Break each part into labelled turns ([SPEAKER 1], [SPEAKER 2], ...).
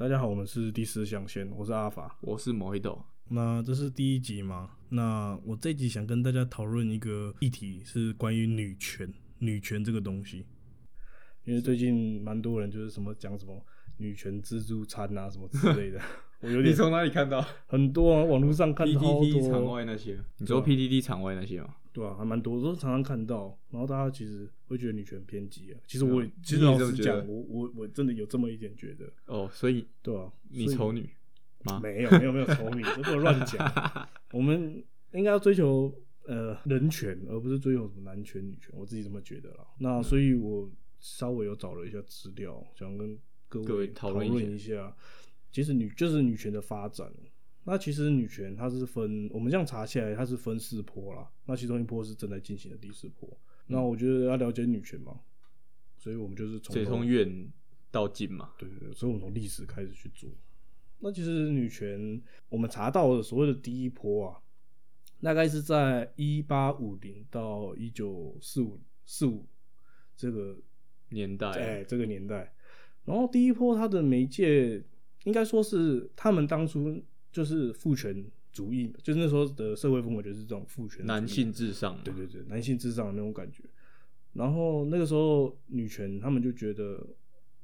[SPEAKER 1] 大家好，我们是第四象限，我是阿法。
[SPEAKER 2] 我是 Mojito。
[SPEAKER 1] 那这是第一集嘛？那我这集想跟大家讨论一个议题，是关于女权，女权这个东西。因为最近蛮多人就是什么讲什么女权自助餐啊什么之类 的，我有
[SPEAKER 2] 你
[SPEAKER 1] 点
[SPEAKER 2] 从哪里看到
[SPEAKER 1] 很多啊，网络上看超
[SPEAKER 2] PTT 场
[SPEAKER 1] 多，啊
[SPEAKER 2] 外那些？你说 PTT 场外那些吗？
[SPEAKER 1] 对啊，还蛮多，我都常常看到。然后大家其实会觉得女权偏激啊，其实我也
[SPEAKER 2] 嗯
[SPEAKER 1] 其实
[SPEAKER 2] 你也
[SPEAKER 1] 老
[SPEAKER 2] 这么
[SPEAKER 1] 实
[SPEAKER 2] 觉
[SPEAKER 1] 讲
[SPEAKER 2] 得，
[SPEAKER 1] 我我我真的有这么一点觉得，
[SPEAKER 2] 哦，所以
[SPEAKER 1] 对啊，
[SPEAKER 2] 你
[SPEAKER 1] 所以
[SPEAKER 2] 丑女吗？
[SPEAKER 1] 没有没有没有丑女，这不能乱讲。啊我们应该要追求呃人权，而不是追求什么男权女权。我自己这么觉得啦。
[SPEAKER 2] 嗯
[SPEAKER 1] 那所以，我稍微有找了一下资料，想跟各
[SPEAKER 2] 各
[SPEAKER 1] 位
[SPEAKER 2] 位
[SPEAKER 1] 讨
[SPEAKER 2] 讨论一下
[SPEAKER 1] 一下，其实女就是女权的发展。那其实女权它是分，我们这样查下来，它是分四波啦。那其中一波是正在进行的第四波。那我觉得要了解女权嘛，所以我们就是从
[SPEAKER 2] 嗯所以
[SPEAKER 1] 头
[SPEAKER 2] 从远到近嘛。
[SPEAKER 1] 对对对，所以我们从历史开始去做。那其实女权，我们查到的所谓的第一波啊，大概是在一八五零到一九四五四五这个
[SPEAKER 2] 年
[SPEAKER 1] 哎、
[SPEAKER 2] 代
[SPEAKER 1] 这个年代。然后第一波它的媒介应该说是他们当初就是父权主义，就是那时候的社会氛围就是这种父权主义
[SPEAKER 2] 男性至上嘛。
[SPEAKER 1] 对对对，男性至上的那种感觉。然后那个时候女权，他们就觉得，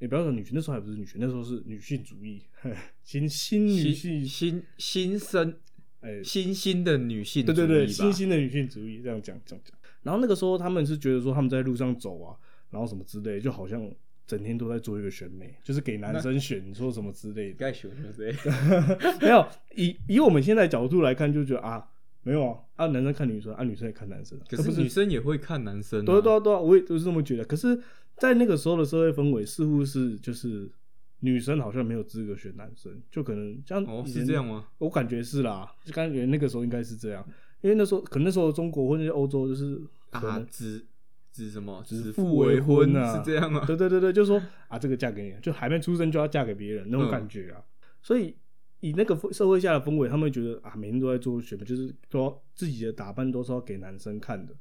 [SPEAKER 1] 也不要说女权，那时候还不是女权，那时候是女性主义， 新新女性
[SPEAKER 2] 新，新新生
[SPEAKER 1] 哎，
[SPEAKER 2] 新兴的女性
[SPEAKER 1] 对对对，
[SPEAKER 2] 主义吧
[SPEAKER 1] 新兴的女性主义这样讲这样讲。然后那个时候他们是觉得说他们在路上走啊，然后什么之类，就好像整天都在做一个选美，就是给男生选，你说什么之类的。
[SPEAKER 2] 该学学这些。
[SPEAKER 1] 没有，以以我们现在角度来看，就觉得啊，没有啊，啊男生看女生，啊女生也看男生啊，
[SPEAKER 2] 可
[SPEAKER 1] 这不
[SPEAKER 2] 是女生也会看男生啊。
[SPEAKER 1] 对啊对啊对啊，我也就是这么觉得。可是，在那个时候的社会氛围，似乎是就是女生好像没有资格选男生，就可能像
[SPEAKER 2] 哦，
[SPEAKER 1] 以前
[SPEAKER 2] 是这样，吗？
[SPEAKER 1] 我感觉是啦，就感觉那个时候应该是这样，因为那时候可能那时候中国或者是欧洲就是可
[SPEAKER 2] 啊
[SPEAKER 1] 能，
[SPEAKER 2] 指指什么？
[SPEAKER 1] 指
[SPEAKER 2] 指
[SPEAKER 1] 腹
[SPEAKER 2] 腹
[SPEAKER 1] 为
[SPEAKER 2] 哦为
[SPEAKER 1] 婚
[SPEAKER 2] 婚
[SPEAKER 1] 啊
[SPEAKER 2] 是这样吗？
[SPEAKER 1] 对对对对，就说啊这个嫁给你，就还没出生就要嫁给别人那种
[SPEAKER 2] 嗯
[SPEAKER 1] 感觉啊，所以。以那个社会下的氛围，他们觉得啊，每天都在做选美，就是都要自己的打扮都是要给男生看的。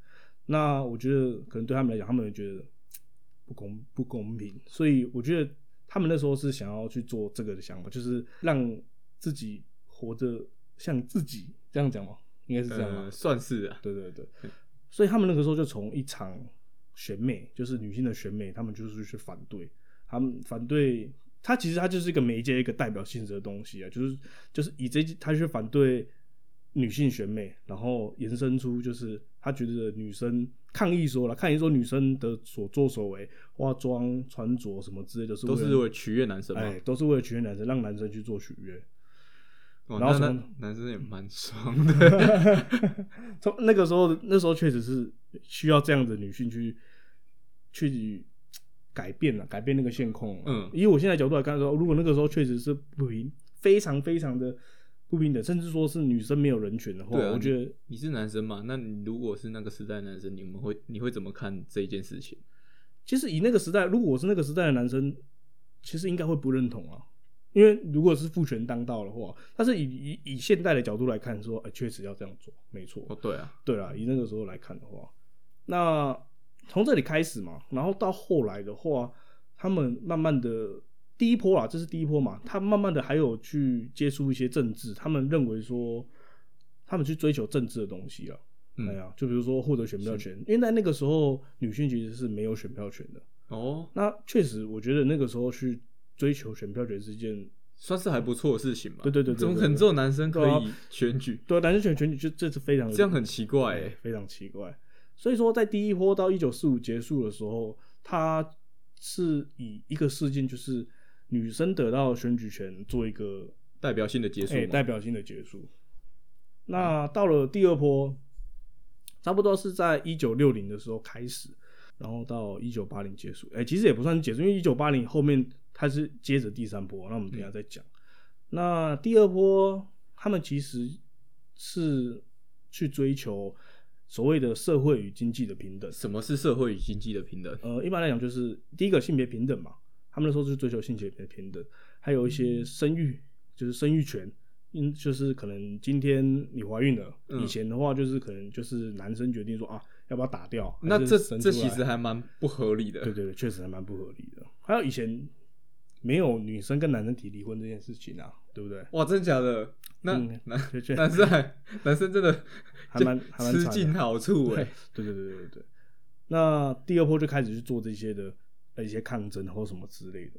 [SPEAKER 1] 那我觉得可能对他们来讲，他们也觉得嘖不公不公平，所以我觉得他们那时候是想要去做这个的想法，就是让自己活得像自己，这样讲吗？应该是这样吧、
[SPEAKER 2] 呃，算是啊。
[SPEAKER 1] 对对对，所以他们那个时候就从一场选美，就是女性的选美，他们就是去反对，他们反对。它其实它就是一个媒介，一个代表性质的东西啊，就是就是以这他去反对女性选美，然后延伸出就是他觉得女生抗议说了，抗议说女生的所作所为、化妆、穿着什么之类的，是
[SPEAKER 2] 都是
[SPEAKER 1] 为
[SPEAKER 2] 为
[SPEAKER 1] 了
[SPEAKER 2] 了取悦男生嘛。
[SPEAKER 1] 啊哎，都是为了取悦男生，让男生去做取悦。
[SPEAKER 2] 哦，
[SPEAKER 1] 然后
[SPEAKER 2] 那
[SPEAKER 1] 什
[SPEAKER 2] 那
[SPEAKER 1] 么嗯
[SPEAKER 2] 男生也蛮爽的，
[SPEAKER 1] 从那个时候，那时候确实是需要这样的女性去去改变啊了，改变那个现况。
[SPEAKER 2] 嗯
[SPEAKER 1] 以我现在角度来看说，如果那个时候确实是不平，非常非常的不平等，甚至说是女生没有人权的话，
[SPEAKER 2] 对啊
[SPEAKER 1] 我觉得
[SPEAKER 2] 你是男生嘛？那你如果是那个时代的男生，你们会你会怎么看这一件事情？
[SPEAKER 1] 其实以那个时代，如果我是那个时代的男生，其实应该会不认同啊。因为如果是父权当道的话，但是以以以现代的角度来看说，哎，确实要这样做，没错。
[SPEAKER 2] 哦，对啊，
[SPEAKER 1] 对啦，以那个时候来看的话，那从这里开始嘛，然后到后来的话，他们慢慢的第一波啦，这是第一波嘛，他慢慢的还有去接触一些政治，他们认为说，他们去追求政治的东西啊，
[SPEAKER 2] 嗯
[SPEAKER 1] 哎呀，就比如说获得选票权，因为在那个时候女性其实是没有选票权的，
[SPEAKER 2] 哦，
[SPEAKER 1] 那确实我觉得那个时候去追求选票权是一件
[SPEAKER 2] 算是还不错的事情吧。
[SPEAKER 1] 对对对对
[SPEAKER 2] 怎么
[SPEAKER 1] 对
[SPEAKER 2] 可能只有男生可
[SPEAKER 1] 对啊
[SPEAKER 2] 以选举？
[SPEAKER 1] 对啊男生选选举就这是非常的
[SPEAKER 2] 嗯这样很奇怪
[SPEAKER 1] 对
[SPEAKER 2] 欸。
[SPEAKER 1] 非常奇怪。所以说，在第一波到一九四五结束的时候，它是以一个事件，就是女生得到选举权做一个
[SPEAKER 2] 代表性的结束
[SPEAKER 1] 哎、
[SPEAKER 2] 嘛
[SPEAKER 1] 代。表性的结束。那到了第二波，差不多是在一九六零的时候开始，然后到一九八零结束。哎、其实也不算是结束，因为一九八零后面它是接着第三波，那我们等一下再讲。
[SPEAKER 2] 嗯
[SPEAKER 1] 那第二波，他们其实是去追求所谓的社会与经济的平等。
[SPEAKER 2] 什么是社会与经济的平等？
[SPEAKER 1] 呃，一般来讲就是第一个性别平等嘛，他们那时候就是追求性别平等，还有一些
[SPEAKER 2] 嗯
[SPEAKER 1] 生育，就是生育权，嗯，就是可能今天你怀孕了，
[SPEAKER 2] 嗯
[SPEAKER 1] 以前的话就是可能就是男生决定说啊要不要打掉，还
[SPEAKER 2] 那
[SPEAKER 1] 是
[SPEAKER 2] 这
[SPEAKER 1] 生
[SPEAKER 2] 这
[SPEAKER 1] 出来
[SPEAKER 2] 其实还蛮不合理的。
[SPEAKER 1] 对对对，确实还蛮不合理的。还有以前没有女生跟男生提离婚这件事情啊，对不对？
[SPEAKER 2] 哇，真的假的？那
[SPEAKER 1] 嗯
[SPEAKER 2] 男
[SPEAKER 1] 就觉
[SPEAKER 2] 男
[SPEAKER 1] 得
[SPEAKER 2] 生还男生真的
[SPEAKER 1] 还
[SPEAKER 2] 就
[SPEAKER 1] 蛮还蛮
[SPEAKER 2] 吃
[SPEAKER 1] 惨的
[SPEAKER 2] 尽好处哎、
[SPEAKER 1] 对对对对对对。那第二波就开始去做这些的呃一些抗争或什么之类的。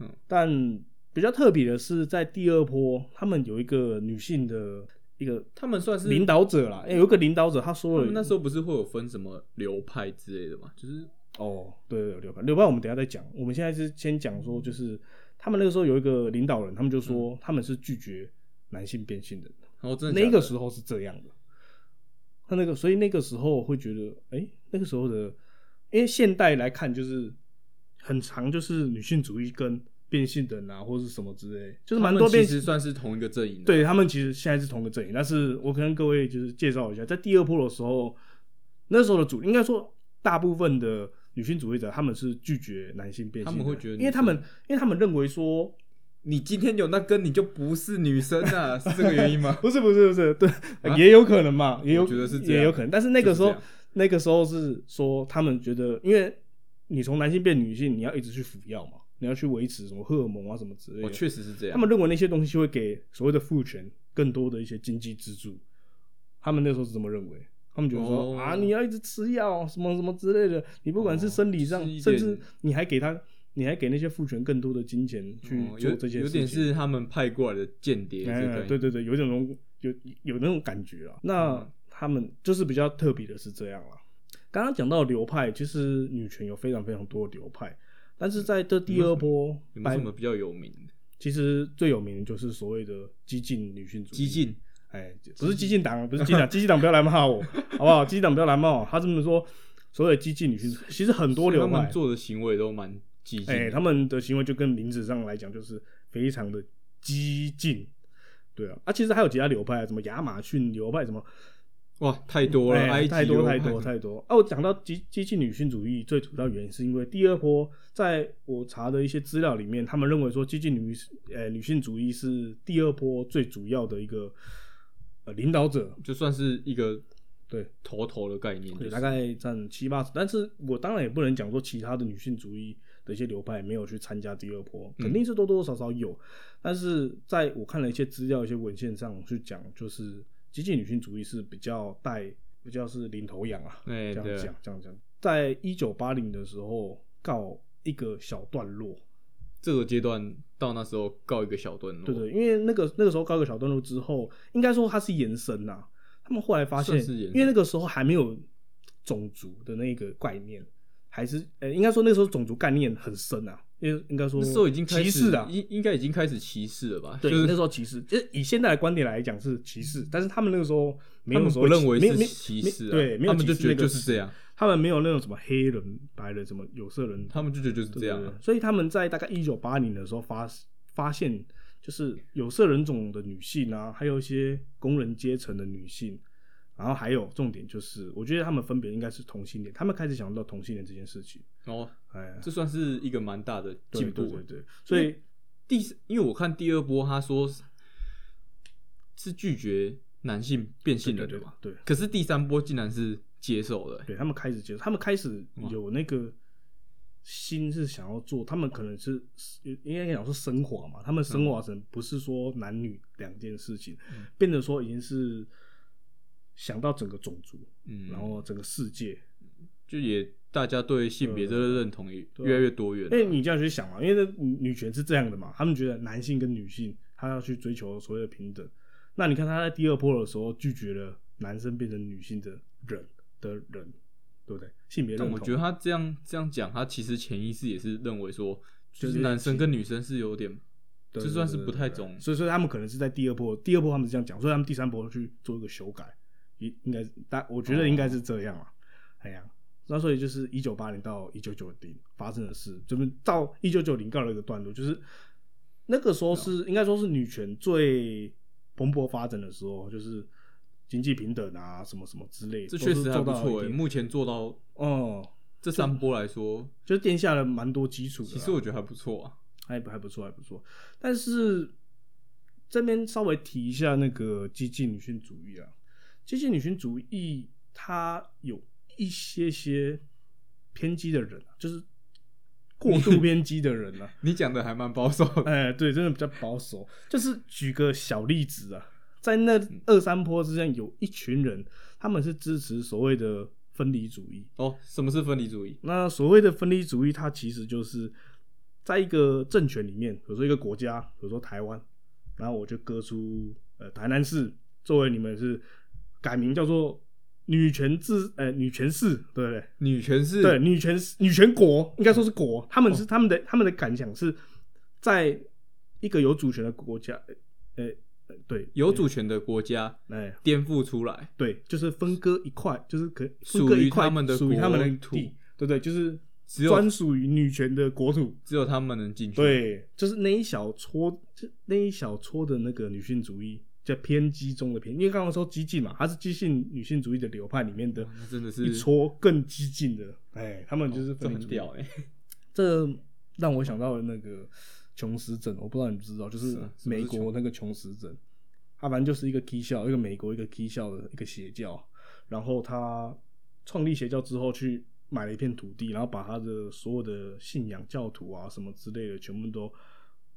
[SPEAKER 2] 嗯，
[SPEAKER 1] 但比较特别的是，在第二波，他们有一个女性的一个
[SPEAKER 2] 他们算是
[SPEAKER 1] 领导者啦，哎、有一个领导者，他
[SPEAKER 2] 他
[SPEAKER 1] 说了
[SPEAKER 2] 们那时候不是会有分什么流派之类的嘛？就是
[SPEAKER 1] 哦，对对对，刘班，刘班，我们等一下再讲。我们现在是先讲说，就是他们那个时候有一个领导人，他们就
[SPEAKER 2] 嗯
[SPEAKER 1] 说他们是拒绝男性变性的，
[SPEAKER 2] 然哦后真的假
[SPEAKER 1] 那
[SPEAKER 2] 的
[SPEAKER 1] 个时候是这样的。他那个，所以那个时候会觉得，哎、那个时候的，因为现代来看就是很长，就是女性主义跟变性人啊，或是什么之类，就是蛮多
[SPEAKER 2] 他们
[SPEAKER 1] 变
[SPEAKER 2] 其实
[SPEAKER 1] 性。
[SPEAKER 2] 算是同一个阵营的。
[SPEAKER 1] 对他们其实现在是同个阵营，但是我跟各位就是介绍一下，在第二波的时候，那时候的主应该说大部分的女性主义者他们是拒绝男性变性的，
[SPEAKER 2] 他们会觉得
[SPEAKER 1] 因为他们因为他们认为说
[SPEAKER 2] 你今天有那根，你就不是女生 啊，是这个原因吗？
[SPEAKER 1] 不是不是不是，对，也有可能嘛，也有
[SPEAKER 2] 啊我觉得是这样
[SPEAKER 1] 也有可能，但是那个时候
[SPEAKER 2] 就是这样
[SPEAKER 1] 那个时候是说他们觉得，因为你从男性变女性，你要一直去服药嘛，你要去维持什么荷尔蒙啊什么之类
[SPEAKER 2] 我
[SPEAKER 1] 的，
[SPEAKER 2] 哦确实是这样。
[SPEAKER 1] 他们认为那些东西会给所谓的父权更多的一些经济支柱，他们那时候是这么认为。他们觉得说、
[SPEAKER 2] 哦
[SPEAKER 1] 啊，你要一直吃药，啊什么什么之类的，你不管是
[SPEAKER 2] 哦
[SPEAKER 1] 生理上，
[SPEAKER 2] 是一
[SPEAKER 1] 甚
[SPEAKER 2] 点
[SPEAKER 1] 至你还给他，你还给那些父权更多的金钱去
[SPEAKER 2] 哦
[SPEAKER 1] 做
[SPEAKER 2] 有
[SPEAKER 1] 这些事情，
[SPEAKER 2] 有点是他们派过来的间谍，这个
[SPEAKER 1] 哎，对对对，有一种有有那种感觉啊。那
[SPEAKER 2] 嗯
[SPEAKER 1] 他们就是比较特别的是这样啦。刚刚讲到流派，其实女权有非常非常多的流派，但是在这第二波
[SPEAKER 2] 嗯有没
[SPEAKER 1] 白
[SPEAKER 2] 有什么比较有名的？
[SPEAKER 1] 其实最有名的就是所谓的激进女性主义。
[SPEAKER 2] 激，进
[SPEAKER 1] 哎，不是激进党，不是激进党，激进党不要来骂我， 好不好？激进党不要来骂我。他这么说，所有的激进女性主义，其实很多
[SPEAKER 2] 所以
[SPEAKER 1] 流
[SPEAKER 2] 他
[SPEAKER 1] 派
[SPEAKER 2] 们，做的行为都蛮激进的。
[SPEAKER 1] 哎，他们的行为就跟名字上来讲，就是非常的激进。对啊，啊，其实还有其他流派，什么亚马逊流派，什么
[SPEAKER 2] 哇，太多了，
[SPEAKER 1] 哎
[SPEAKER 2] 埃及
[SPEAKER 1] 太多
[SPEAKER 2] 流
[SPEAKER 1] 太
[SPEAKER 2] 派
[SPEAKER 1] 多太多。哦、我讲到激激进女性主义，最主要原因是因为第二波，在我查的一些资料里面，他们认为说激进女呃女性主义是第二波最主要的一个呃领导者，
[SPEAKER 2] 就算是一个
[SPEAKER 1] 对
[SPEAKER 2] 头头的概念，就
[SPEAKER 1] 对，
[SPEAKER 2] 是
[SPEAKER 1] 大概占七八十。但是我当然也不能讲说其他的女性主义的一些流派没有去参加第二波，肯
[SPEAKER 2] 嗯
[SPEAKER 1] 定是多多少少有。但是在我看了一些资料、一些文献上去讲，就是激进女性主义是比较带比较是领头羊啊，
[SPEAKER 2] 哎
[SPEAKER 1] 这
[SPEAKER 2] 对
[SPEAKER 1] 样讲这样讲。在一九八零的时候告一个小段落，
[SPEAKER 2] 这个阶段到那时候告一个小段落，
[SPEAKER 1] 对对，因为那个那个时候告一个小段落之后，应该说它是延伸呐、他们后来发现
[SPEAKER 2] 算是，延伸
[SPEAKER 1] 因为那个时候还没有种族的那个概念，还是呃，应该说那时候种族概念很深啊，因为应该说
[SPEAKER 2] 那时候已经开
[SPEAKER 1] 歧视
[SPEAKER 2] 始
[SPEAKER 1] 啊，
[SPEAKER 2] 应应该已经开始歧视了吧？
[SPEAKER 1] 对，
[SPEAKER 2] 就是
[SPEAKER 1] 那时候歧视，就是以现在的观点来讲是歧视，但是他们那个时候没有
[SPEAKER 2] 他们
[SPEAKER 1] 所
[SPEAKER 2] 不
[SPEAKER 1] 谓
[SPEAKER 2] 认为
[SPEAKER 1] 没有没
[SPEAKER 2] 是
[SPEAKER 1] 有
[SPEAKER 2] 歧
[SPEAKER 1] 没
[SPEAKER 2] 视啊，
[SPEAKER 1] 对，没有
[SPEAKER 2] 他们
[SPEAKER 1] 歧
[SPEAKER 2] 就
[SPEAKER 1] 视
[SPEAKER 2] 觉得
[SPEAKER 1] 那个
[SPEAKER 2] 就是
[SPEAKER 1] 词
[SPEAKER 2] 这样，，
[SPEAKER 1] 他们没有那种什么黑人、白人、什么有色人，
[SPEAKER 2] 他们就觉得就是
[SPEAKER 1] 对
[SPEAKER 2] 这样
[SPEAKER 1] 对
[SPEAKER 2] 啊
[SPEAKER 1] 对。所以他们在大概一九八零的时候发发现，就是有色人种的女性啊，还有一些工人阶层的女性，然后还有重点就是，我觉得他们分别应该是同性恋，他们开始想到同性恋这件事情。
[SPEAKER 2] 然后
[SPEAKER 1] 哎，
[SPEAKER 2] 这算是一个蛮大的
[SPEAKER 1] 对
[SPEAKER 2] 进
[SPEAKER 1] 对
[SPEAKER 2] 步
[SPEAKER 1] 对。对，所以
[SPEAKER 2] 第四，因为我看第二波，他说是是拒绝男性变性
[SPEAKER 1] 对
[SPEAKER 2] 人的
[SPEAKER 1] 对
[SPEAKER 2] 嘛，
[SPEAKER 1] 对，
[SPEAKER 2] 可是第三波竟然是接受了欸、
[SPEAKER 1] 对他们开始接受，他们开始有那个心是想要做，他们可能是应该讲说升华嘛，他们升华成不是说男女两件事情，
[SPEAKER 2] 嗯
[SPEAKER 1] 变得说已经是想到整个种族，
[SPEAKER 2] 嗯，
[SPEAKER 1] 然后整个世界。
[SPEAKER 2] 就也大家对性别
[SPEAKER 1] 对
[SPEAKER 2] 这个认同也
[SPEAKER 1] 对啊
[SPEAKER 2] 越来越多元
[SPEAKER 1] 因
[SPEAKER 2] 了。
[SPEAKER 1] 为你这样去想嘛，因为那女权是这样的嘛，他们觉得男性跟女性他要去追求所谓的平等。那你看他在第二波的时候拒绝了男生变成女性的人的人，对不对？性别认
[SPEAKER 2] 但
[SPEAKER 1] 同，
[SPEAKER 2] 我觉得他这样这样讲，他其实潜意识也是认为说，
[SPEAKER 1] 就
[SPEAKER 2] 就是是男生跟女生是有点，
[SPEAKER 1] 对
[SPEAKER 2] 就算是
[SPEAKER 1] 对
[SPEAKER 2] 不
[SPEAKER 1] 对
[SPEAKER 2] 太
[SPEAKER 1] 对
[SPEAKER 2] 懂
[SPEAKER 1] 所以说他们可能是在第二波，第二波他们是这样讲，所以他们第三波去做一个修改，应应该大，我觉得应该是这样啊。哎呀，那所以就是一九八零到一九九零发生的事，就是到一九九零告了一个段落，就是那个时候
[SPEAKER 2] 啊
[SPEAKER 1] 是应该说是女权最蓬勃发展的时候，就是经济平等啊，什么什么之类，
[SPEAKER 2] 这
[SPEAKER 1] 都
[SPEAKER 2] 确
[SPEAKER 1] 是
[SPEAKER 2] 实还
[SPEAKER 1] 做
[SPEAKER 2] 不
[SPEAKER 1] 到了
[SPEAKER 2] 错
[SPEAKER 1] 一
[SPEAKER 2] 诶、
[SPEAKER 1] 定
[SPEAKER 2] 目前做到
[SPEAKER 1] 哦，
[SPEAKER 2] 这三波来说，
[SPEAKER 1] 就是奠下了蛮多基础的啦。
[SPEAKER 2] 其实我觉得还不错啊。
[SPEAKER 1] 还不还不错，还不错。但是这边稍微提一下那个激进女性主义啊，激进女性主义它有一些些偏激的人啊，就是过度偏激的人啊。
[SPEAKER 2] 你讲的还蛮保守的。
[SPEAKER 1] 哎，对，真的比较保守。就是举个小例子啊，在那二三坡之间有一群人，他们是支持所谓的分离主义。
[SPEAKER 2] 哦，什么是分离主义？
[SPEAKER 1] 那所谓的分离主义，它其实就是在一个政权里面，比如说一个国家，比如说台湾，然后我就割出呃台南市作为你们是改名叫做女权制呃女权市，对不对？
[SPEAKER 2] 女权是
[SPEAKER 1] 对，女权女权国应该说是国，他们是、他们的他们的感想是在一个有主权的国家，呃，呃对，
[SPEAKER 2] 有主权的国家
[SPEAKER 1] 哎、
[SPEAKER 2] 颠覆出来，
[SPEAKER 1] 对，就是分割一块，就是可分
[SPEAKER 2] 属
[SPEAKER 1] 割
[SPEAKER 2] 于
[SPEAKER 1] 一块
[SPEAKER 2] 他们的
[SPEAKER 1] 属于他们
[SPEAKER 2] 国
[SPEAKER 1] 的
[SPEAKER 2] 土
[SPEAKER 1] 地，对对，就是
[SPEAKER 2] 只有
[SPEAKER 1] 专属于女权的国土，
[SPEAKER 2] 只有他们能进去。，
[SPEAKER 1] 对，就是那一小撮，就那一小撮的那个女性主义。叫偏激中的偏，因为刚刚说激进嘛，它是激进女性主义的流派里面的
[SPEAKER 2] 那真的是
[SPEAKER 1] 一撮更激进的，哎，他们就是
[SPEAKER 2] 这
[SPEAKER 1] 分离
[SPEAKER 2] 很
[SPEAKER 1] 主义
[SPEAKER 2] 屌哎、
[SPEAKER 1] 这让我想到了那个琼斯镇，我不知道你知不知道，就是
[SPEAKER 2] 是啊是不是
[SPEAKER 1] 美国那个琼斯镇，他反正就是一个 K 校，一个美国一个 K 校的一个邪教，然后他创立邪教之后去买了一片土地，然后把他的所有的信仰教徒啊什么之类的全部都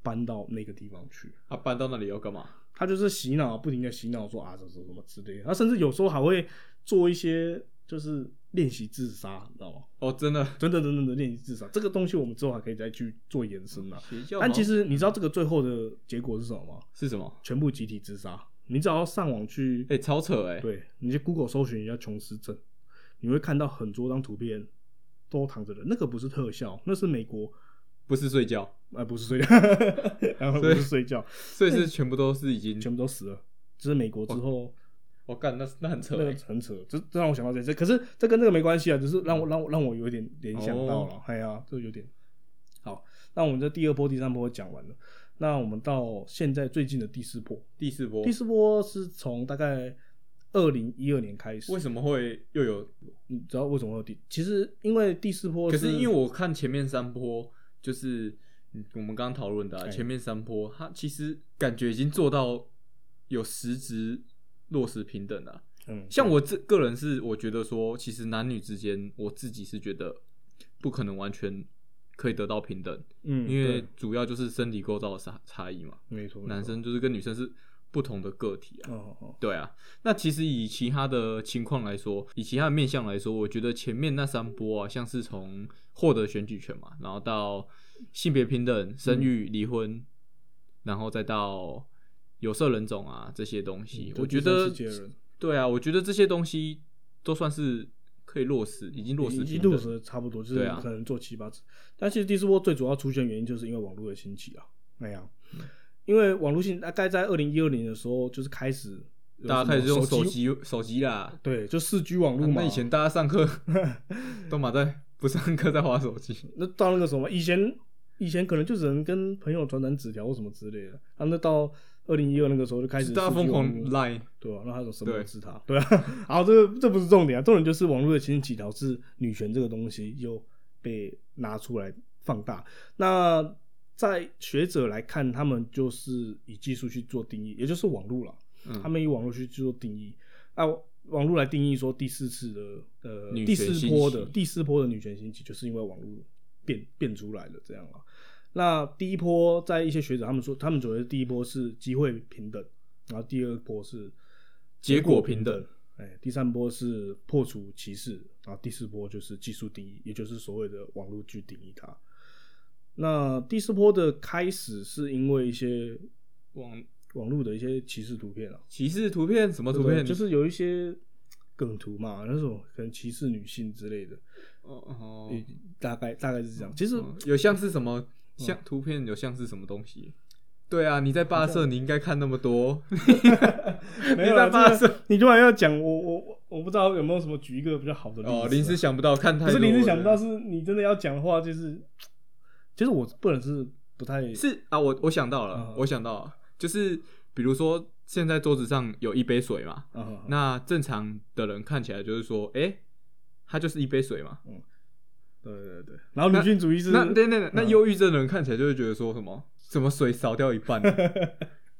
[SPEAKER 1] 搬到那个地方去。
[SPEAKER 2] 他啊搬到那里要干嘛？
[SPEAKER 1] 他就是洗脑，不停的洗脑说啊什么什么之类的，他甚至有时候还会做一些就是练习自杀，你知道吗？
[SPEAKER 2] 哦，真的，
[SPEAKER 1] 等等等等的练习自杀，这个东西我们之后还可以再去做延伸啊。
[SPEAKER 2] 邪教好像
[SPEAKER 1] 但其实你知道这个最后的结果是什么吗？
[SPEAKER 2] 是什么？
[SPEAKER 1] 全部集体自杀。你只要上网去，
[SPEAKER 2] 哎、超扯哎、
[SPEAKER 1] 对，你去 Google 搜寻一下琼斯镇，你会看到很多张图片都躺着人，那个不是特效，那是美国，
[SPEAKER 2] 不是睡觉，
[SPEAKER 1] 呃，不是睡觉， 然后不
[SPEAKER 2] 所以
[SPEAKER 1] 是睡觉，
[SPEAKER 2] 所以是全部都是已经
[SPEAKER 1] 全部都死了。这是美国之后，
[SPEAKER 2] 我干、那那很扯
[SPEAKER 1] 那
[SPEAKER 2] 哎、
[SPEAKER 1] 个很扯，这这让我想到这这，可是这跟那个没关系啊，只是让我让我让我有点联想到
[SPEAKER 2] 哦
[SPEAKER 1] 了，哎呀、这有点好。那我们这第二波、第三波讲完了，那我们到现在最近的第四波，
[SPEAKER 2] 第四波
[SPEAKER 1] 第四波是从大概二零一二年开始。
[SPEAKER 2] 为什么会又有？
[SPEAKER 1] 你知道为什么会有第？其实因为第四波
[SPEAKER 2] 可是因为
[SPEAKER 1] 为
[SPEAKER 2] 我看前面三波，就是嗯我们刚刚讨论的啊、
[SPEAKER 1] 哎
[SPEAKER 2] 前面三波，它其实感觉已经做到有实质落实平等了、啊
[SPEAKER 1] 嗯，
[SPEAKER 2] 像我这个人是，我觉得说，其实男女之间，我自己是觉得不可能完全可以得到平等，
[SPEAKER 1] 嗯，
[SPEAKER 2] 因为
[SPEAKER 1] 对
[SPEAKER 2] 主要就是生理构造的差差异嘛。
[SPEAKER 1] 没错，没错
[SPEAKER 2] 男生就是跟女生是不同的个体啊。
[SPEAKER 1] 哦哦
[SPEAKER 2] 对啊，那其实以其他的情况来说，以其他的面向来说，我觉得前面那三波啊，像是从获得选举权嘛，然后到性别平等、生
[SPEAKER 1] 嗯
[SPEAKER 2] 育、离婚，然后再到有色人种啊这些东西
[SPEAKER 1] 嗯，
[SPEAKER 2] 我
[SPEAKER 1] 就
[SPEAKER 2] 觉
[SPEAKER 1] 第三
[SPEAKER 2] 得
[SPEAKER 1] 世界人
[SPEAKER 2] 对啊，我觉得这些东西都算是可以落实，已经落实
[SPEAKER 1] 已
[SPEAKER 2] 平
[SPEAKER 1] 经
[SPEAKER 2] 等
[SPEAKER 1] 落实得差不多，就是
[SPEAKER 2] 对啊
[SPEAKER 1] 可能做七八次。但其实第四波最主要出现原因就是因为网络的兴起啊，那样、
[SPEAKER 2] 嗯
[SPEAKER 1] 因为网络性大概在二零一二年的时候就是开始有
[SPEAKER 2] 大家开始用
[SPEAKER 1] 什么
[SPEAKER 2] 手
[SPEAKER 1] 机，
[SPEAKER 2] 机手机啦。啊
[SPEAKER 1] 对，就四 G 网络嘛。
[SPEAKER 2] 那以前大家 上课都马在不上课在划手机，
[SPEAKER 1] 那到那个什么，以前以前可能就只能跟朋友传传纸条或什么之类的，然后那到二零一二那个时候就开始
[SPEAKER 2] 大家疯
[SPEAKER 1] 4G 网
[SPEAKER 2] 狂
[SPEAKER 1] 络
[SPEAKER 2] line
[SPEAKER 1] 对啊，那还有什
[SPEAKER 2] 对
[SPEAKER 1] 么是他？对啊， 好，这个这不是重点啊，重点就是网络的兴起导致女权这个东西又被拿出来放大。那在学者来看，他们就是以技术去做定义，也就是网络了，
[SPEAKER 2] 嗯，
[SPEAKER 1] 他们以网络去做定义，啊，网络来定义说第四次的呃
[SPEAKER 2] 女
[SPEAKER 1] 第
[SPEAKER 2] 权
[SPEAKER 1] 四
[SPEAKER 2] 兴
[SPEAKER 1] 波
[SPEAKER 2] 起
[SPEAKER 1] 的第四波的女权兴起，就是因为网络变变出来的这样啊。那第一波在一些学者他们说，他们觉得第一波是机会平等，然后第二波是
[SPEAKER 2] 结果平等，
[SPEAKER 1] 哎，第三波是破除歧视，然后第四波就是技术定义，也就是所谓的网络去定义它。那第四波的开始是因为一些
[SPEAKER 2] 网
[SPEAKER 1] 网络的一些歧视图片啊，
[SPEAKER 2] 歧视图片什么图
[SPEAKER 1] 对
[SPEAKER 2] 片？
[SPEAKER 1] 就是有一些梗图嘛，那种可能歧视女性之类的，
[SPEAKER 2] 哦哦，
[SPEAKER 1] 也大概大概是这样。其实、
[SPEAKER 2] 嗯有像是什么像图片有像是什么东西？对啊，你在霸社你应该看那么多，
[SPEAKER 1] 没
[SPEAKER 2] 你
[SPEAKER 1] 有啊
[SPEAKER 2] 在
[SPEAKER 1] 啦
[SPEAKER 2] 霸
[SPEAKER 1] 这
[SPEAKER 2] 社
[SPEAKER 1] 个你突然要讲，我我我我不知道有没有什么举一个比较好的例子啊、
[SPEAKER 2] 哦，临时想不到看太
[SPEAKER 1] 不
[SPEAKER 2] 多
[SPEAKER 1] 是
[SPEAKER 2] 了，
[SPEAKER 1] 临时想不到，是你真的要讲的话，就是其实我个人是不太
[SPEAKER 2] 是啊，我我想到了
[SPEAKER 1] 嗯，
[SPEAKER 2] 我想到了，就是比如说现在桌子上有一杯水嘛，
[SPEAKER 1] 啊，
[SPEAKER 2] 那正常的人看起来就是说，诶，它就是一杯水嘛。
[SPEAKER 1] 对对对，然后女性主义是
[SPEAKER 2] 那对对对，那
[SPEAKER 1] 嗯
[SPEAKER 2] 忧郁症的人看起来就会觉得说什么什 么水少掉一半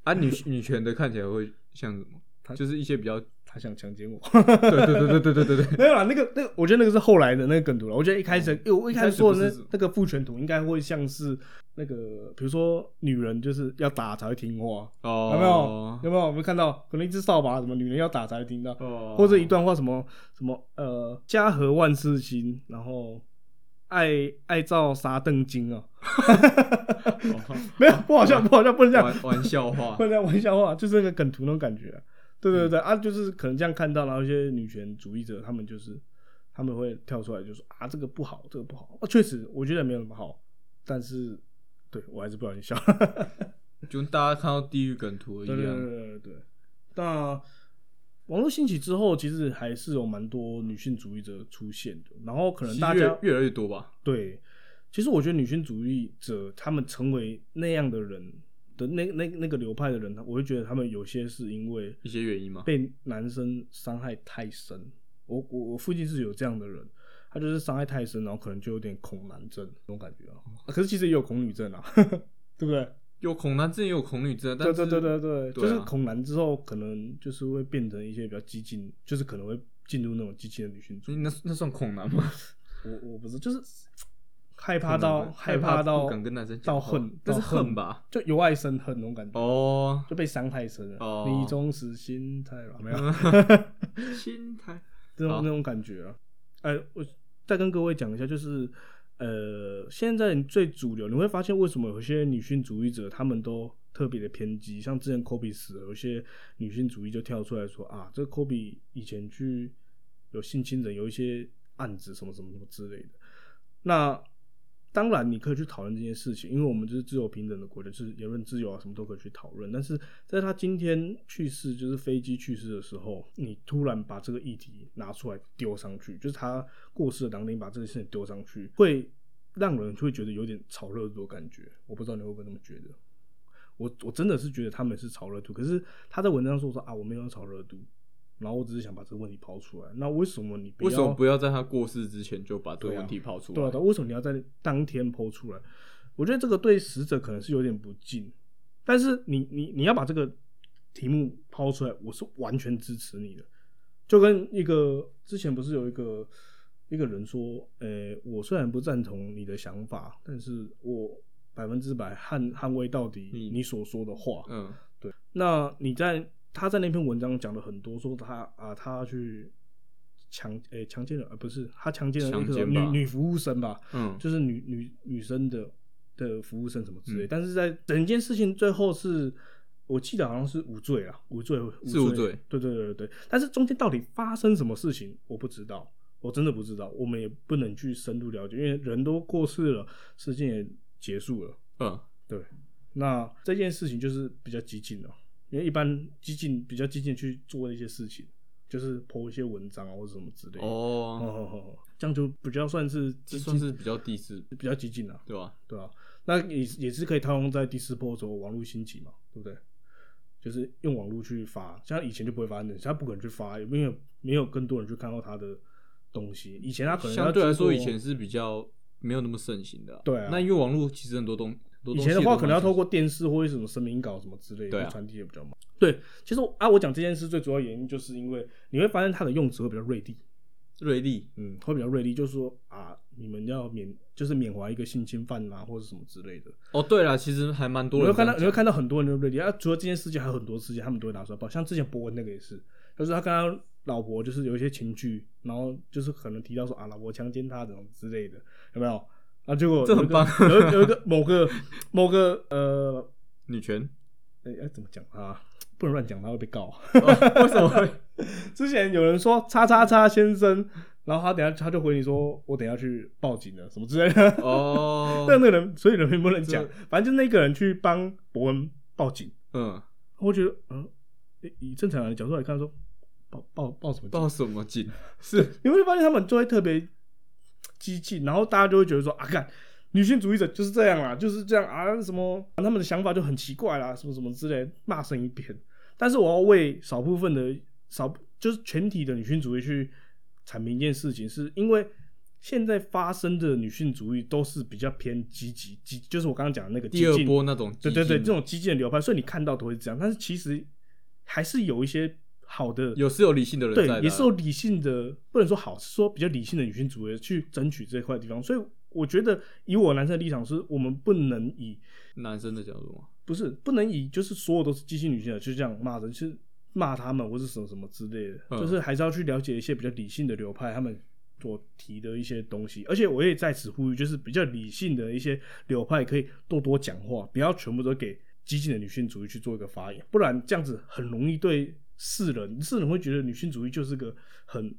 [SPEAKER 2] 啊，女女权的看起来会像什么？就是一些比较
[SPEAKER 1] 他想强奸我。
[SPEAKER 2] 对对对对对对对，
[SPEAKER 1] 没有啦，那个那个，我觉得那个是后来的那个梗图了。我觉得一开始，因为我一开始说的
[SPEAKER 2] 一开始
[SPEAKER 1] 那
[SPEAKER 2] 不是
[SPEAKER 1] 那个父权图应该会像是那个，比如说女人就是要打才会听话，
[SPEAKER 2] 哦，
[SPEAKER 1] 有没有？有没有？我们看到可能一只扫把，什么女人要打才会听到，
[SPEAKER 2] 哦，
[SPEAKER 1] 或者一段话什么什么呃，家和万事兴，然后爱爱照沙凳精啊，
[SPEAKER 2] 哦
[SPEAKER 1] 没有不好笑，不好笑，不能这样，
[SPEAKER 2] 玩玩笑 话嗯
[SPEAKER 1] 不，能这样玩笑话，就是那个梗图那种感觉啊、对对对、啊，就是可能这样看到，然后一些女权主义者他们就是他们会跳出来就说啊，这个不好，这个不好，啊，确实我觉得没有什么好，但是对我还是不小心笑。
[SPEAKER 2] 就跟大家看到地狱梗图一
[SPEAKER 1] 对对对
[SPEAKER 2] 样。
[SPEAKER 1] 对对对。那网络兴起之后，其实还是有蛮多女性主义者出现的，然后可
[SPEAKER 2] 其
[SPEAKER 1] 能
[SPEAKER 2] 实
[SPEAKER 1] 大家
[SPEAKER 2] 越越来越多吧，
[SPEAKER 1] 对，其实我觉得女性主义者他们成为那样的人的那那那个流派的人，我会觉得他们有些是因为
[SPEAKER 2] 一些原因嘛。
[SPEAKER 1] 被男生伤害太深。我我我附近是有这样的人，他就是伤害太深，然后可能就有点恐男症那种感觉啊。啊可是其实也有恐女症啊， 对不对？
[SPEAKER 2] 有恐男症，也有恐女症，但
[SPEAKER 1] 对
[SPEAKER 2] 是
[SPEAKER 1] 对对对对，
[SPEAKER 2] 对
[SPEAKER 1] 就
[SPEAKER 2] 啊
[SPEAKER 1] 是恐男之后，可能就是会变成一些比较激进，就是可能会进入那种激进的女性主义。
[SPEAKER 2] 那那算恐男 吗？
[SPEAKER 1] 我我不是，就是害怕到
[SPEAKER 2] 害
[SPEAKER 1] 怕到
[SPEAKER 2] 不敢跟男生讲
[SPEAKER 1] 到
[SPEAKER 2] 话
[SPEAKER 1] 恨，
[SPEAKER 2] 那是
[SPEAKER 1] 到恨
[SPEAKER 2] 恨吧？
[SPEAKER 1] 就由爱生恨那种感觉，
[SPEAKER 2] 哦，
[SPEAKER 1] 就被伤害深
[SPEAKER 2] 哦
[SPEAKER 1] 了。你忠实心太软， 没有
[SPEAKER 2] 心态
[SPEAKER 1] 这种
[SPEAKER 2] 好
[SPEAKER 1] 那种感觉啊。哎，我再跟各位讲一下，就是呃，现在最主流，你会发现为什么有些女性主义者他们都特别的偏激，像之前 Kobe 死了，有些女性主义就跳出来说啊，这个 Kobe 以前去有性侵人，有一些案子什么什么什么之类的。那当然，你可以去讨论这件事情，因为我们就是自由平等的国家，就是言论自由啊，什么都可以去讨论。但是在他今天去世，就是飞机去世的时候，你突然把这个议题拿出来丢上去，就是他过世的当天把这个事情丢上去，会让人会觉得有点炒热度的感觉。我不知道你会不会这么觉得。我我真的是觉得他们是炒热度，可是他在文章说说啊，我没有要炒热度，然后我只是想把这个问题抛出来。那为什么你
[SPEAKER 2] 为什么不要在他过世之前就把这个
[SPEAKER 1] 对啊
[SPEAKER 2] 问题抛出
[SPEAKER 1] 对啊，
[SPEAKER 2] 来
[SPEAKER 1] 对啊？为什么你要在当天剖出来？我觉得这个对死者可能是有点不敬，但是你你你要把这个题目抛出来，我是完全支持你的。就跟一个之前不是有一个一个人说，呃、我虽然不赞同你的想法，但是我百分之百捍捍卫到底
[SPEAKER 2] 嗯
[SPEAKER 1] 你所说的话。
[SPEAKER 2] 嗯，
[SPEAKER 1] 那你在他在那篇文章讲了很多，说他啊，他去强诶强奸了，呃，不是他强奸了一
[SPEAKER 2] 强
[SPEAKER 1] 个
[SPEAKER 2] 奸
[SPEAKER 1] 女
[SPEAKER 2] 吧
[SPEAKER 1] 女服务生吧，
[SPEAKER 2] 嗯
[SPEAKER 1] 就是女女女生的的服务生什么之类，
[SPEAKER 2] 嗯
[SPEAKER 1] 但是在整件事情最后是。我记得好像是无罪啊，无罪，
[SPEAKER 2] 是无罪，
[SPEAKER 1] 对对对对对。但是中间到底发生什么事情，我不知道，我真的不知道，我们也不能去深入了解，因为人都过世了，事情也结束了，
[SPEAKER 2] 嗯，
[SPEAKER 1] 对，那这件事情就是比较激进了、因为一般激进比较激进去做一些事情，就是剖一些文章啊或者什么之类的。哦
[SPEAKER 2] 哦，
[SPEAKER 1] 哦哦，这样就比较算是激
[SPEAKER 2] 这算
[SPEAKER 1] 进，
[SPEAKER 2] 是比较地势，
[SPEAKER 1] 比较激进了、
[SPEAKER 2] 对吧？
[SPEAKER 1] 对啊，那也是也是可以套用在第四波的时候网络兴起嘛，对不对？就是用网络去发，像以前就不会发生的，他不可能去发，也没有没有更多人去看到他的东西。以前他可能要
[SPEAKER 2] 相对来
[SPEAKER 1] 经
[SPEAKER 2] 说，
[SPEAKER 1] 过
[SPEAKER 2] 以前是比较没有那么盛行的啊。
[SPEAKER 1] 对啊
[SPEAKER 2] 那因为网络其实很多东，很多
[SPEAKER 1] 以
[SPEAKER 2] 东
[SPEAKER 1] 前的
[SPEAKER 2] 西
[SPEAKER 1] 话，
[SPEAKER 2] 都
[SPEAKER 1] 可能要
[SPEAKER 2] 蛮
[SPEAKER 1] 透过电视或者什么声明稿什么之类
[SPEAKER 2] 对
[SPEAKER 1] 的，
[SPEAKER 2] 啊
[SPEAKER 1] 会传递的比较慢。对，其实我啊，我讲这件事最主要原因就是因为你会发现它的用词会比较锐利，
[SPEAKER 2] 锐利，
[SPEAKER 1] 嗯，会比较锐利，就是说啊，你们要免就是缅怀一个性侵犯啊，或者什么之类的。
[SPEAKER 2] 哦，对了，其实还蛮
[SPEAKER 1] 你
[SPEAKER 2] 多
[SPEAKER 1] 会
[SPEAKER 2] 人
[SPEAKER 1] 看到
[SPEAKER 2] 这
[SPEAKER 1] 你
[SPEAKER 2] 样
[SPEAKER 1] 会看到很多人的锐利啊，除了这件事情，还有很多事情他们都会拿出来报，像之前博文那个也是，就是他跟他老婆就是有一些情绪，然后就是可能提到说啊，老婆强奸他这种之类的，有没有？啊，结果
[SPEAKER 2] 这
[SPEAKER 1] 有一
[SPEAKER 2] 很
[SPEAKER 1] 个
[SPEAKER 2] 棒
[SPEAKER 1] 有一有一个某个某个呃
[SPEAKER 2] 女 权，
[SPEAKER 1] 哎、哎，怎么讲啊？不能乱讲，他会被告。
[SPEAKER 2] 哦为什 么会？
[SPEAKER 1] 之前有人说“叉叉叉先生”，然后他等下他就回你说：“我等下去报警了，什么之类的。”
[SPEAKER 2] 哦，
[SPEAKER 1] 但那个人，所以人不能
[SPEAKER 2] 这
[SPEAKER 1] 讲，反正就那个人去帮伯恩报警。
[SPEAKER 2] 嗯，
[SPEAKER 1] 我觉得，嗯，以以正常人的角度来看说报报报什么警？
[SPEAKER 2] 报什么警？是
[SPEAKER 1] 你会发现他们就会特别激进，然后大家就会觉得说啊，看女性主义者就是这样啦，就是这样啊，什么他们的想法就很奇怪啦，什么什么之类，骂声一片。但是我要为少部分的少，就是全体的女性主义去阐明一件事情，是因为现在发生的女性主义都是比较偏积极，积就是我刚刚讲的那个
[SPEAKER 2] 第
[SPEAKER 1] 激
[SPEAKER 2] 二
[SPEAKER 1] 进
[SPEAKER 2] 波那种，
[SPEAKER 1] 对对对，这，种激进的流派，所以你看到都会这样，但是其实还是有一些好的，
[SPEAKER 2] 有是有理性的人在的啊，
[SPEAKER 1] 对，也是有理性的，不能说好，是说比较理性的女性主义去争取这块地方。所以我觉得，以我男生的立场是，我们不能以
[SPEAKER 2] 男生的角度嘛。
[SPEAKER 1] 不是不能以就是所有都是激进女性的就这样骂人，去骂他们或是什么什么之类的，
[SPEAKER 2] 嗯
[SPEAKER 1] 就是还是要去了解一些比较理性的流派他们所提的一些东西。而且我也在此呼吁，就是比较理性的一些流派可以多多讲话，不要全部都给激进的女性主义去做一个发言，不然这样子很容易对世人，世人会觉得女性主义就是个很。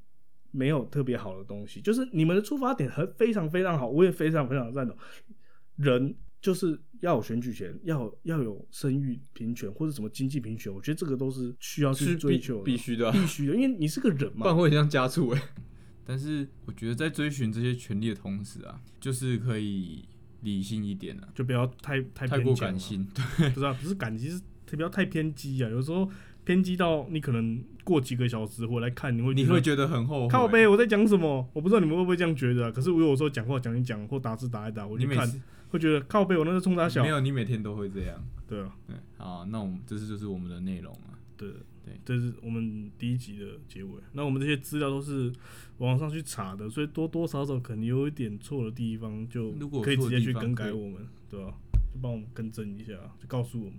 [SPEAKER 1] 没有特别好的东西，就是你们的出发点很非常非常好，我也非常非常赞同。 人就是要有选举权，要有要有生育平权或者什么经济平权，我觉得这个都是需要去
[SPEAKER 2] 是
[SPEAKER 1] 追
[SPEAKER 2] 必
[SPEAKER 1] 求的
[SPEAKER 2] 必须的啊
[SPEAKER 1] 必须的，因为你是个人
[SPEAKER 2] 不然
[SPEAKER 1] 嘛。
[SPEAKER 2] 会很像家畜哎、
[SPEAKER 3] 欸 但是我觉得在追寻这些权利的同时啊，就是可以理性一点啊，
[SPEAKER 1] 就不要太太
[SPEAKER 3] 太
[SPEAKER 1] 偏
[SPEAKER 3] 过
[SPEAKER 1] 激了
[SPEAKER 3] 感，性。
[SPEAKER 1] 不是啊，不是感激，是不要太偏激啊。有时候偏激到你可能过几个小时回来看，你会
[SPEAKER 3] 你会觉得很后悔。
[SPEAKER 1] 靠背我在讲什么？我不知道你们会不会这样觉得、啊。可是我有时候讲话讲一讲，或打字打一打，我
[SPEAKER 3] 你
[SPEAKER 1] 就
[SPEAKER 3] 每
[SPEAKER 1] 看
[SPEAKER 3] 次
[SPEAKER 1] 会觉得靠背我那是冲他小
[SPEAKER 3] 没，有，你每天都会这样。
[SPEAKER 1] 对啊，
[SPEAKER 3] 对，好，那我们这是就是我们的内容啊。
[SPEAKER 1] 对
[SPEAKER 3] 对
[SPEAKER 1] 这是我们第一集的结尾。那我们这些资料都是网上去查的，所以多多少少可能有一点错的地方，就
[SPEAKER 3] 如果有
[SPEAKER 1] 可以直
[SPEAKER 3] 错的
[SPEAKER 1] 接去
[SPEAKER 3] 地方
[SPEAKER 1] 更
[SPEAKER 3] 可
[SPEAKER 1] 改
[SPEAKER 3] 以
[SPEAKER 1] 我们，对吧、就帮我们更正一下，就告诉我们。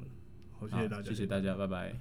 [SPEAKER 1] 好，谢谢
[SPEAKER 3] 好啊
[SPEAKER 1] 大家，
[SPEAKER 3] 谢谢大家，拜拜。